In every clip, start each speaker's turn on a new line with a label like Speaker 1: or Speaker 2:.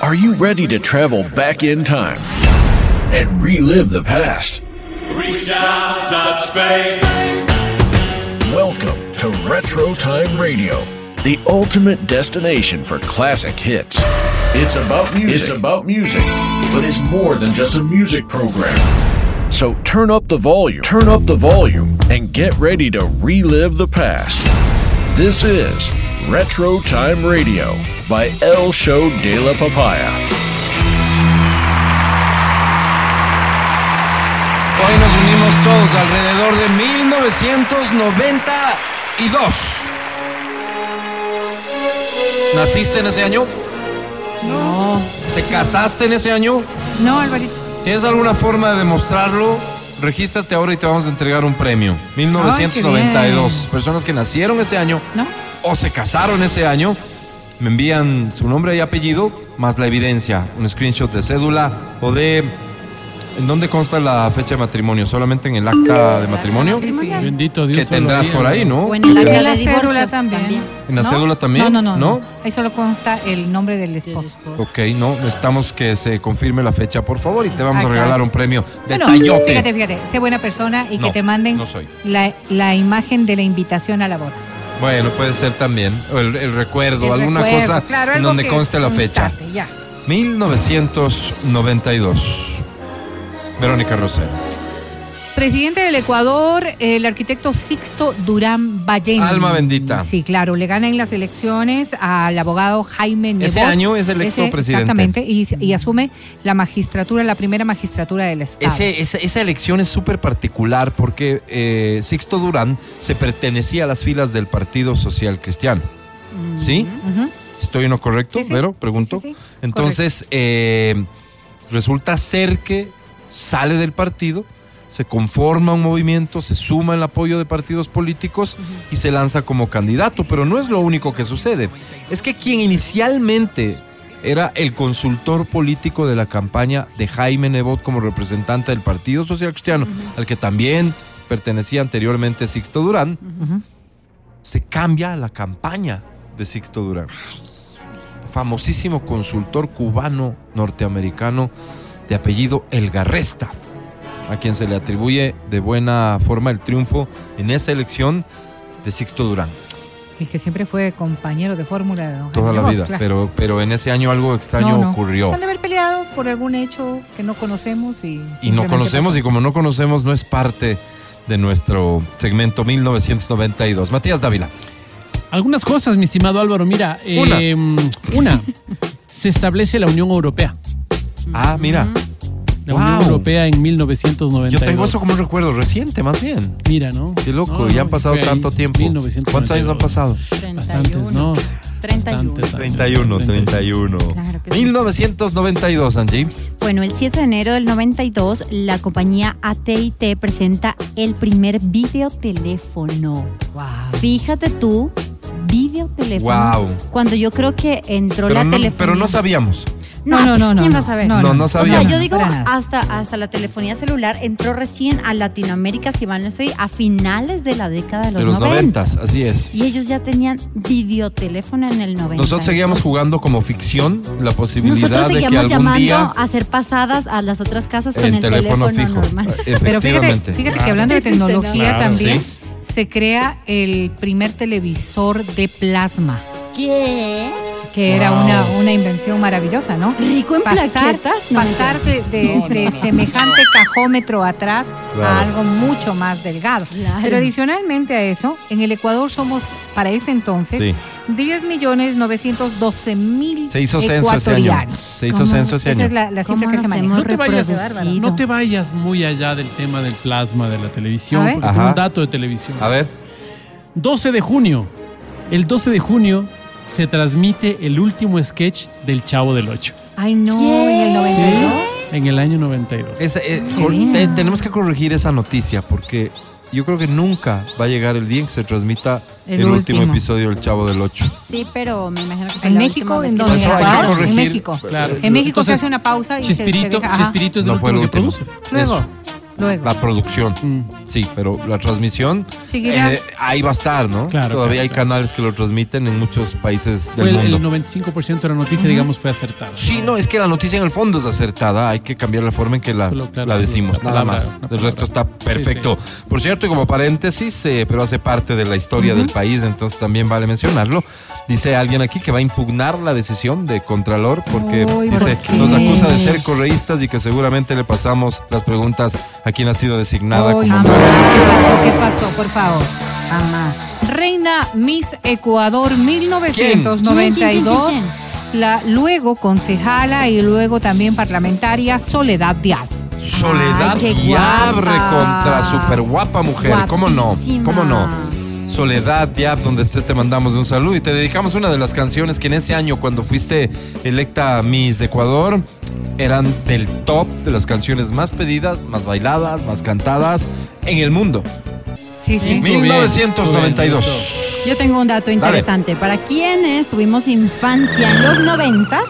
Speaker 1: Are you ready to travel back in time and relive the past?
Speaker 2: Reach out, touch faith.
Speaker 1: Welcome to Retro Time Radio, the ultimate destination for classic hits. It's about music. It's about music, but it's more than just a music program. So turn up the volume, turn up the volume, and get ready to relive the past. This is Retro Time Radio by El Show de la Papaya.
Speaker 3: Hoy nos unimos todos alrededor de 1992. ¿Naciste en ese año? No. ¿Te casaste en ese año?
Speaker 4: No, Alvarito.
Speaker 3: ¿Tienes alguna forma de demostrarlo? Regístrate ahora y te vamos a entregar un premio. 1992.
Speaker 4: Ay, qué bien.
Speaker 3: Personas que nacieron ese año
Speaker 4: ¿No?
Speaker 3: o se casaron ese año, me envían su nombre y apellido, más la evidencia, un screenshot de cédula o de... ¿En dónde consta la fecha de matrimonio? ¿Solamente en el acta de matrimonio?
Speaker 4: Sí, sí.
Speaker 5: Bendito Dios.
Speaker 3: Que tendrás por ahí, ¿no?
Speaker 6: O en
Speaker 3: En
Speaker 6: el
Speaker 4: Y
Speaker 6: área
Speaker 4: en la
Speaker 6: de divorcio
Speaker 4: cédula también.
Speaker 3: la
Speaker 4: ¿No?
Speaker 3: cédula también.
Speaker 4: No, no, no, no. Ahí solo consta el nombre del esposo.
Speaker 3: Ok, no, necesitamos que se confirme la fecha, por favor, y te vamos a
Speaker 4: Acá.
Speaker 3: regalar un premio de
Speaker 4: Bueno,
Speaker 3: tayote.
Speaker 4: fíjate, fíjate, sé buena persona y
Speaker 3: No,
Speaker 4: que te manden
Speaker 3: no soy.
Speaker 4: La, la imagen de la invitación a la boda.
Speaker 3: Bueno, puede ser también. o El, el recuerdo,
Speaker 4: El
Speaker 3: alguna
Speaker 4: recuerdo,
Speaker 3: cosa
Speaker 4: claro,
Speaker 3: en
Speaker 4: algo
Speaker 3: donde
Speaker 4: que
Speaker 3: conste la fecha.
Speaker 4: constate, ya.
Speaker 3: 1992. Verónica Rosero.
Speaker 4: Presidente del Ecuador, el arquitecto Sixto Durán Ballén.
Speaker 3: Alma bendita.
Speaker 4: Sí, claro, le gana en las elecciones al abogado Jaime Nebot.
Speaker 3: Ese año es electo
Speaker 4: Ese-
Speaker 3: presidente.
Speaker 4: Exactamente, y, y asume la magistratura, la primera magistratura del Estado.
Speaker 3: Ese- esa, esa elección es súper particular porque eh, Sixto Durán se pertenecía a las filas del Partido Social Cristiano. ¿Sí?
Speaker 4: Ujú.
Speaker 3: ¿Estoy en lo correcto,
Speaker 4: Sí, sí.
Speaker 3: Vero? Pregunto.
Speaker 4: Sí, sí, sí.
Speaker 3: Entonces, eh, resulta ser que sale del partido, se conforma un movimiento, se suma el apoyo de partidos políticos y se lanza como candidato. Pero no es lo único que sucede. Es que quien inicialmente era el consultor político de la campaña de Jaime Nebot como representante del Partido Social Cristiano, al que también pertenecía anteriormente Sixto Durán, se cambia la campaña de Sixto Durán. Famosísimo consultor cubano norteamericano de apellido El Garresta, a quien se le atribuye de buena forma el triunfo en esa elección de Sixto Durán.
Speaker 4: Y que siempre fue compañero de fórmula de don
Speaker 3: Toda
Speaker 4: Jaime
Speaker 3: la
Speaker 4: Nebot,
Speaker 3: vida,
Speaker 4: claro.
Speaker 3: pero, pero en ese año algo extraño
Speaker 4: No, no.
Speaker 3: ocurrió.
Speaker 4: Se Han de haber peleado por algún hecho que no conocemos y.
Speaker 3: y no
Speaker 4: simplemente
Speaker 3: conocemos
Speaker 4: pasó.
Speaker 3: y como no conocemos no es parte de nuestro segmento 1992. Matías Dávila.
Speaker 5: Algunas cosas, mi estimado Álvaro. Mira,
Speaker 3: Una.
Speaker 5: eh, una, se establece la Unión Europea.
Speaker 3: Ah, mira,
Speaker 5: La
Speaker 3: Wow.
Speaker 5: Unión Europea en 1992.
Speaker 3: yo tengo eso como un recuerdo reciente más bien.
Speaker 5: Mira, ¿no?
Speaker 3: Qué loco,
Speaker 5: No,
Speaker 3: ya
Speaker 5: no,
Speaker 3: han pasado
Speaker 5: fue ahí,
Speaker 3: tanto tiempo.
Speaker 5: 1992.
Speaker 3: ¿Cuántos años han pasado?
Speaker 5: Bastantes, ¿no?
Speaker 6: 31.
Speaker 5: Bastantes años.
Speaker 3: 31.
Speaker 6: Claro que sí.
Speaker 3: 1992, Angie.
Speaker 6: Bueno, el 7 de enero del 92, la compañía AT&T presenta el primer videoteléfono.
Speaker 4: Guau.
Speaker 6: Fíjate tú, videoteléfono.
Speaker 3: Wow.
Speaker 6: Cuando yo creo que entró
Speaker 3: Pero
Speaker 6: la
Speaker 3: no,
Speaker 6: telefonía.
Speaker 3: pero no sabíamos.
Speaker 6: No,
Speaker 4: No, no,
Speaker 6: pues,
Speaker 4: no, no,
Speaker 6: ¿Quién
Speaker 4: no.
Speaker 6: va a saber?
Speaker 4: No,
Speaker 3: no, no
Speaker 6: O sea,
Speaker 3: sabíamos.
Speaker 6: yo digo,
Speaker 4: Para nada.
Speaker 6: hasta, hasta la telefonía celular entró recién a Latinoamérica, si mal no estoy, a finales de la década de los,
Speaker 3: De los
Speaker 6: 90.
Speaker 3: noventas, así es.
Speaker 6: Y ellos ya tenían videoteléfono en el 90.
Speaker 3: Nosotros seguíamos jugando como ficción la posibilidad
Speaker 6: Nosotros
Speaker 3: de que
Speaker 6: seguíamos
Speaker 3: algún
Speaker 6: llamando
Speaker 3: día
Speaker 6: a hacer pasadas a las otras casas con
Speaker 3: el,
Speaker 6: el
Speaker 3: teléfono, fijo.
Speaker 6: teléfono,
Speaker 3: Eh,
Speaker 6: normal.
Speaker 4: Pero
Speaker 3: Efectivamente.
Speaker 4: fíjate, fíjate que hablando de tecnología
Speaker 3: Claro,
Speaker 4: también,
Speaker 3: sí.
Speaker 4: se crea el primer televisor de plasma,
Speaker 6: ¿Qué?
Speaker 4: que era
Speaker 3: Wow.
Speaker 4: una, una invención maravillosa, ¿no?
Speaker 6: Rico en
Speaker 4: Pasar,
Speaker 6: plaquetas. No,
Speaker 4: pasar de, de- de semejante cajómetro atrás
Speaker 3: Claro.
Speaker 4: a algo mucho más delgado.
Speaker 6: Claro.
Speaker 4: Pero adicionalmente a eso, en el Ecuador somos, para ese entonces,
Speaker 3: Sí.
Speaker 4: 10 millones 912 mil
Speaker 3: Se hizo censo ese año.
Speaker 4: ecuatorianos.
Speaker 3: Se hizo
Speaker 6: ¿Cómo?
Speaker 3: censo ese
Speaker 4: Esa
Speaker 3: año.
Speaker 4: es la, la
Speaker 6: ¿Cómo
Speaker 4: cifra que
Speaker 6: nos
Speaker 4: se
Speaker 6: hemos
Speaker 5: No
Speaker 4: maneja.
Speaker 5: te vayas,
Speaker 6: reproducido?
Speaker 5: No te vayas muy allá del tema del plasma de la
Speaker 4: A
Speaker 5: televisión,
Speaker 4: ver.
Speaker 5: porque tengo
Speaker 3: Ajá. Ah.
Speaker 5: un dato de televisión.
Speaker 3: A ver,
Speaker 5: 12 de junio. El 12 de junio se transmite el último sketch del Chavo del 8.
Speaker 4: Ay, no, en el 92.
Speaker 5: En el año 92.
Speaker 3: esa, eh, cor- te- tenemos que corregir esa noticia porque yo creo que nunca va a llegar el día en que se transmita el,
Speaker 4: El
Speaker 3: último.
Speaker 4: último.
Speaker 3: episodio del Chavo del 8.
Speaker 6: Sí, pero me imagino que fue
Speaker 4: ¿En
Speaker 6: la
Speaker 4: México?
Speaker 6: última vez
Speaker 4: ¿En
Speaker 6: que
Speaker 4: dónde?
Speaker 3: Eso
Speaker 4: ¿En
Speaker 3: hay que
Speaker 4: Ecuador?
Speaker 3: corregir.
Speaker 4: ¿En México?
Speaker 5: Claro.
Speaker 4: En México se
Speaker 5: Entonces,
Speaker 4: hace una pausa y se- se
Speaker 5: Chespirito,
Speaker 4: deja- ajá.
Speaker 5: Chespirito es
Speaker 3: No
Speaker 5: el
Speaker 3: fue el
Speaker 5: último que
Speaker 3: último.
Speaker 5: produce.
Speaker 3: Eso.
Speaker 5: Luego,
Speaker 4: Luego.
Speaker 3: La producción.
Speaker 5: Mm.
Speaker 3: Sí, pero la transmisión
Speaker 4: Seguirá.
Speaker 3: eh, ahí va a estar, ¿no?
Speaker 5: Claro,
Speaker 3: Todavía
Speaker 5: claro,
Speaker 3: hay
Speaker 5: claro.
Speaker 3: canales que lo transmiten en muchos países del
Speaker 5: Fue el, el
Speaker 3: mundo.
Speaker 5: 95% de la noticia, digamos, fue acertada.
Speaker 3: Sí, no, es que la noticia en el fondo es acertada. Hay que cambiar la forma en que la,
Speaker 5: Solo, claro,
Speaker 3: la decimos,
Speaker 5: la
Speaker 3: nada
Speaker 5: palabra,
Speaker 3: más.
Speaker 5: la
Speaker 3: El
Speaker 5: palabra.
Speaker 3: resto está perfecto. Por cierto, y como paréntesis, eh, pero hace parte de la historia del país, entonces también vale mencionarlo. Dice alguien aquí que va a impugnar la decisión de Contralor porque
Speaker 4: Uy, ¿por
Speaker 3: dice,
Speaker 4: qué?
Speaker 3: nos acusa de ser correístas y que seguramente le pasamos las preguntas a quien ha sido designada
Speaker 4: Ay,
Speaker 3: como.
Speaker 4: mamá, ¿qué pasó? ¿Qué pasó? Por favor. Mamá. Reina Miss Ecuador 1992.
Speaker 6: ¿Quién? ¿Quién, quién, quién,
Speaker 4: La luego concejala y luego también parlamentaria Soledad Díaz.
Speaker 3: Soledad
Speaker 6: Ay, qué
Speaker 3: Diabre
Speaker 6: guapa.
Speaker 3: contra super guapa mujer. ¿Cómo no?
Speaker 6: Guapísima.
Speaker 3: ¿Cómo no? Soledad Diab, donde estés, te mandamos un saludo y te dedicamos una de las canciones que en ese año, cuando fuiste electa Miss de Ecuador, eran del top de las canciones más pedidas, más bailadas, más cantadas en el mundo.
Speaker 4: Sí, sí.
Speaker 5: Estuvo bien,
Speaker 3: 1992.
Speaker 5: estuvo bien,
Speaker 6: Yo tengo un dato interesante. Para quienes tuvimos infancia en los noventas,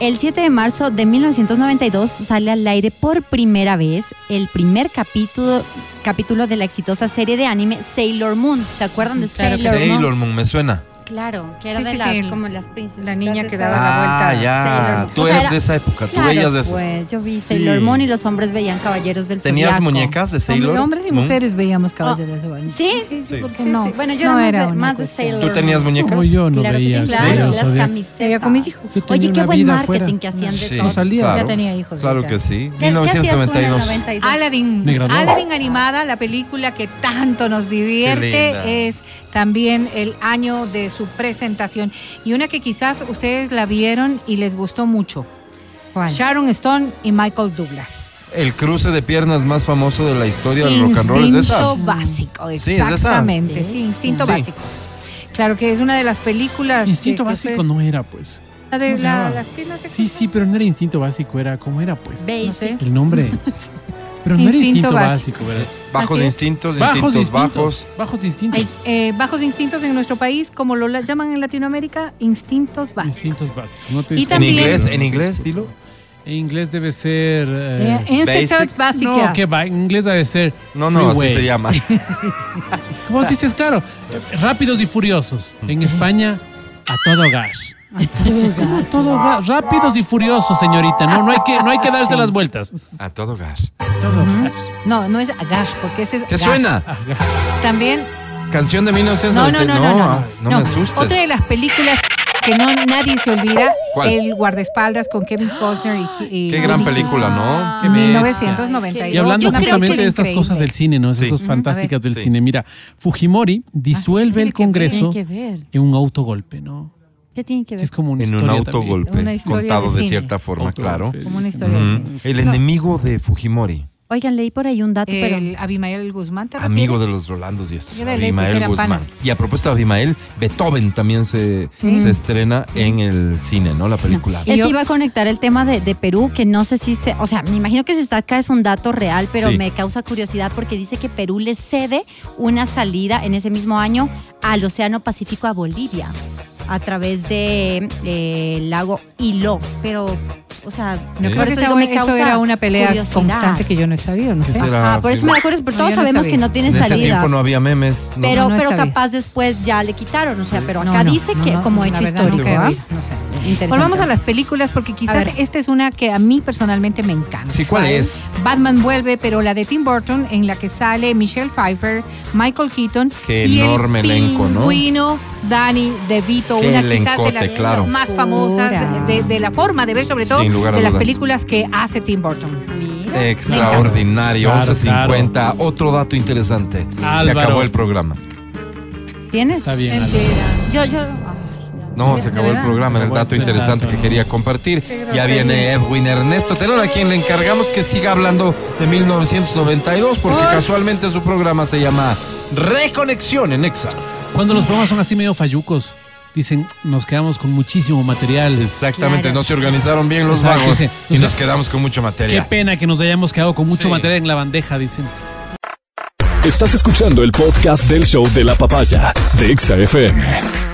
Speaker 6: el 7 de marzo de 1992 sale al aire por primera vez el primer capítulo, capítulo de la exitosa serie de anime Sailor Moon. ¿Se acuerdan de
Speaker 4: Claro que
Speaker 6: Sailor, Moon?
Speaker 3: Sailor Moon, me suena.
Speaker 6: Claro, que era
Speaker 4: Sí,
Speaker 6: de
Speaker 4: sí,
Speaker 6: las,
Speaker 4: sí.
Speaker 6: como las princesas.
Speaker 4: La niña que daba la vuelta.
Speaker 3: Ah,
Speaker 6: Sailor
Speaker 3: ya.
Speaker 6: Moon.
Speaker 3: Tú
Speaker 6: O sea,
Speaker 3: eres
Speaker 6: era-
Speaker 3: de esa época, tú
Speaker 6: Claro,
Speaker 3: veías de esa.
Speaker 6: pues, yo vi
Speaker 3: Sí.
Speaker 6: Sailor Moon y los hombres veían Caballeros del
Speaker 3: ¿Tenías
Speaker 6: Zodiaco.
Speaker 3: muñecas de Sailor
Speaker 4: Hombres y
Speaker 3: Moon?
Speaker 4: mujeres veíamos caballeros de Zodiaco.
Speaker 6: Ah. Sí,
Speaker 3: Sí.
Speaker 6: ¿por qué
Speaker 4: Sí,
Speaker 6: no.
Speaker 4: sí.
Speaker 6: Bueno, yo
Speaker 4: No
Speaker 6: era,
Speaker 4: era
Speaker 6: más de,
Speaker 4: una
Speaker 6: más de
Speaker 4: cuestión.
Speaker 6: Sailor
Speaker 3: ¿Tú tenías
Speaker 6: Moon.
Speaker 3: muñecas?
Speaker 5: Como yo no
Speaker 6: claro
Speaker 5: veía.
Speaker 6: que sí,
Speaker 5: Sailor
Speaker 6: claro, las
Speaker 5: Zodiac.
Speaker 4: Veía
Speaker 6: camisetas.
Speaker 4: con mis hijos.
Speaker 5: Yo tenía
Speaker 6: Oye, qué
Speaker 5: una
Speaker 6: buen
Speaker 5: vida
Speaker 6: marketing
Speaker 5: afuera.
Speaker 6: que hacían de
Speaker 3: Sí,
Speaker 6: todo.
Speaker 5: No salía.
Speaker 3: claro.
Speaker 4: Ya tenía hijos.
Speaker 3: Claro
Speaker 4: ya.
Speaker 3: que sí.
Speaker 6: ¿Qué- qué hacías tú en el
Speaker 3: 1992.
Speaker 6: 92?
Speaker 4: Aladdin.
Speaker 5: Me graduó.
Speaker 4: Aladdin animada, la película que tanto nos
Speaker 3: Qué linda.
Speaker 4: divierte, es también el año de su presentación y una que quizás ustedes la vieron y les gustó mucho.
Speaker 6: ¿Cuál?
Speaker 4: Sharon Stone y Michael Douglas.
Speaker 3: El cruce de piernas más famoso de la historia del rock and roll es de esa.
Speaker 4: Instinto básico,
Speaker 3: Sí, es de esa.
Speaker 4: exactamente, sí, instinto
Speaker 3: Sí.
Speaker 4: básico. Claro que es una de las películas.
Speaker 5: Instinto
Speaker 4: que- que
Speaker 5: básico
Speaker 4: fue-
Speaker 5: no era, pues.
Speaker 4: la de
Speaker 5: ¿cómo se
Speaker 4: la-
Speaker 5: llamaba?
Speaker 4: las piernas
Speaker 5: Sí, sí, pero no era instinto básico, era como era, pues.
Speaker 6: Basic.
Speaker 4: No sé.
Speaker 5: El nombre. Pero no era
Speaker 4: Instinto
Speaker 5: instinto
Speaker 4: básico.
Speaker 5: básico, ¿verdad?
Speaker 3: Bajos
Speaker 4: Así es.
Speaker 3: instintos,
Speaker 5: Bajos
Speaker 3: instintos
Speaker 5: instintos.
Speaker 3: bajos.
Speaker 5: Bajos
Speaker 4: Ay,
Speaker 5: instintos.
Speaker 4: eh, bajos instintos en nuestro país, como lo la- llaman en Latinoamérica, instintos básicos.
Speaker 5: Instintos básicos. No te
Speaker 4: Y
Speaker 5: discuto.
Speaker 3: En
Speaker 4: También-
Speaker 3: inglés, en inglés, dilo.
Speaker 5: En inglés debe ser. eh,
Speaker 4: Eh, Institute
Speaker 3: Basic.
Speaker 4: Basic.
Speaker 5: no, que va. En inglés debe ser.
Speaker 3: No, no, así
Speaker 5: freeway.
Speaker 3: se llama.
Speaker 5: ¿Cómo se dice? Es claro. eh, Rápidos y furiosos. En España, a todo gas. ¿Cómo A todo gas. Rápidos y furiosos, señorita. No, no hay que, no hay
Speaker 4: Ah,
Speaker 5: que darse las vueltas.
Speaker 3: A todo gas.
Speaker 5: Todo gas.
Speaker 4: No, no es Gash, porque ese es.
Speaker 3: ¿Qué
Speaker 4: gas.
Speaker 3: suena?
Speaker 4: También.
Speaker 3: Canción de
Speaker 4: No, no,
Speaker 3: 1990.
Speaker 4: no, no. No,
Speaker 3: no me asustes.
Speaker 4: Otra de las películas que no nadie se olvida:
Speaker 3: ¿Cuál?
Speaker 4: El Guardaespaldas con Kevin Costner y. y-
Speaker 3: Qué gran
Speaker 4: y-
Speaker 3: película, ¿no?
Speaker 5: Qué bestia.
Speaker 4: 1992.
Speaker 5: Y hablando
Speaker 4: Yo creo
Speaker 5: justamente
Speaker 4: que
Speaker 5: de estas
Speaker 4: increíble.
Speaker 5: cosas del cine, ¿no? Esas
Speaker 3: Sí.
Speaker 5: cosas
Speaker 3: Ujú,
Speaker 4: a
Speaker 5: fantásticas del
Speaker 3: Sí.
Speaker 5: cine. Mira, Fujimori disuelve
Speaker 4: tiene
Speaker 5: el
Speaker 4: que ver,
Speaker 5: Congreso
Speaker 6: ¿Qué tiene que ver?
Speaker 5: en un autogolpe, ¿no?
Speaker 6: ¿Qué tiene que
Speaker 5: Que
Speaker 6: ver?
Speaker 5: es como una
Speaker 3: En un
Speaker 5: historia
Speaker 3: autogolpe,
Speaker 4: Una historia
Speaker 3: contado
Speaker 4: de
Speaker 3: de
Speaker 4: cine.
Speaker 3: cierta forma, claro.
Speaker 4: Como una historia de
Speaker 3: Ujú. El enemigo de Fujimori,
Speaker 6: Oigan, leí por ahí un dato, pero
Speaker 4: Eh, El Abimael Guzmán, ¿te
Speaker 3: amigo
Speaker 4: refieres?
Speaker 3: de los Rolandos y estos,
Speaker 4: Yo de ley, pues,
Speaker 3: Abimael
Speaker 4: eran
Speaker 3: Guzmán.
Speaker 4: panas.
Speaker 3: Y a propósito de Abimael, Beethoven también se,
Speaker 4: Sí.
Speaker 3: se estrena en el cine, ¿no? La película.
Speaker 4: Y
Speaker 6: es
Speaker 4: yo-
Speaker 6: que iba a conectar el tema de, de Perú, que no sé si se, o sea, me imagino que se saca es un dato real, pero
Speaker 3: Sí.
Speaker 6: me causa curiosidad porque dice que Perú le cede una salida en ese mismo año al Océano Pacífico a Bolivia a través de eh, el lago Hilo, pero, o sea,
Speaker 3: Yo creo
Speaker 6: por
Speaker 4: Creo que
Speaker 6: digo,
Speaker 4: esa-
Speaker 6: me
Speaker 4: eso
Speaker 6: causa
Speaker 4: era una pelea
Speaker 6: curiosidad.
Speaker 4: constante que yo no he sabido, no sé.
Speaker 3: Ese era-
Speaker 6: Ajá, por eso me la acuerdo, pero
Speaker 4: No,
Speaker 6: todos
Speaker 4: yo no
Speaker 6: sabemos
Speaker 4: sabía.
Speaker 6: que no tiene
Speaker 3: en ese
Speaker 6: salida.
Speaker 3: tiempo no había memes. no.
Speaker 6: Pero,
Speaker 4: No, no
Speaker 6: pero
Speaker 4: sabía.
Speaker 6: capaz después ya le quitaron, o sea, pero acá
Speaker 4: No, no,
Speaker 6: dice
Speaker 4: no,
Speaker 6: que
Speaker 4: no,
Speaker 6: como
Speaker 4: la
Speaker 6: hecho
Speaker 4: verdad,
Speaker 6: histórico.
Speaker 4: nunca he
Speaker 6: ¿ah?
Speaker 4: oído, no sé.
Speaker 6: Interesante.
Speaker 4: Volvamos a las películas porque
Speaker 6: A
Speaker 4: quizás
Speaker 6: ver.
Speaker 4: esta es una que a mí personalmente me encanta.
Speaker 3: Sí, ¿cuál es?
Speaker 4: Batman vuelve, pero la de Tim Burton en la que sale Michelle Pfeiffer, Michael Keaton
Speaker 3: Qué
Speaker 4: y
Speaker 3: enorme
Speaker 4: el
Speaker 3: elenco, ¿no?
Speaker 4: pingüino Danny DeVito,
Speaker 3: Qué
Speaker 4: una quizás de
Speaker 3: elencote,
Speaker 4: las
Speaker 3: claro.
Speaker 4: más famosas
Speaker 6: Pura.
Speaker 4: de, de la forma de ver, sobre
Speaker 3: Sin
Speaker 4: todo
Speaker 3: lugar a
Speaker 4: de las
Speaker 3: dudas.
Speaker 4: películas que hace Tim Burton.
Speaker 6: Mira.
Speaker 3: Extraordinario,
Speaker 5: Claro,
Speaker 3: 11.50. Otro dato interesante. Se
Speaker 5: Álvaro.
Speaker 3: acabó el programa.
Speaker 6: ¿Tienes?
Speaker 5: Está bien. Álvaro.
Speaker 6: Yo, yo. ay,
Speaker 3: No, se
Speaker 4: ¿De- de
Speaker 3: acabó el
Speaker 4: verdad?
Speaker 3: programa, era el
Speaker 5: Acabó
Speaker 3: dato
Speaker 5: el
Speaker 3: interesante
Speaker 5: dato,
Speaker 3: que
Speaker 5: ¿no?
Speaker 3: quería compartir. Ya
Speaker 4: grosería.
Speaker 3: viene Edwin Ernesto Telón, a quien le encargamos que siga hablando de 1992, porque casualmente su programa se llama Reconexión en Exa.
Speaker 5: Cuando los programas son así medio fallucos, dicen, nos quedamos con muchísimo material.
Speaker 3: Exactamente,
Speaker 6: Claro.
Speaker 3: no se organizaron bien los
Speaker 5: Exacto,
Speaker 3: vagos
Speaker 5: sí.
Speaker 3: y
Speaker 5: O sea,
Speaker 3: nos quedamos con mucho
Speaker 5: Qué
Speaker 3: material.
Speaker 5: pena que nos hayamos quedado con mucho
Speaker 3: Sí.
Speaker 5: material en la bandeja, dicen.
Speaker 7: Estás escuchando el podcast del show de la papaya de Exa FM.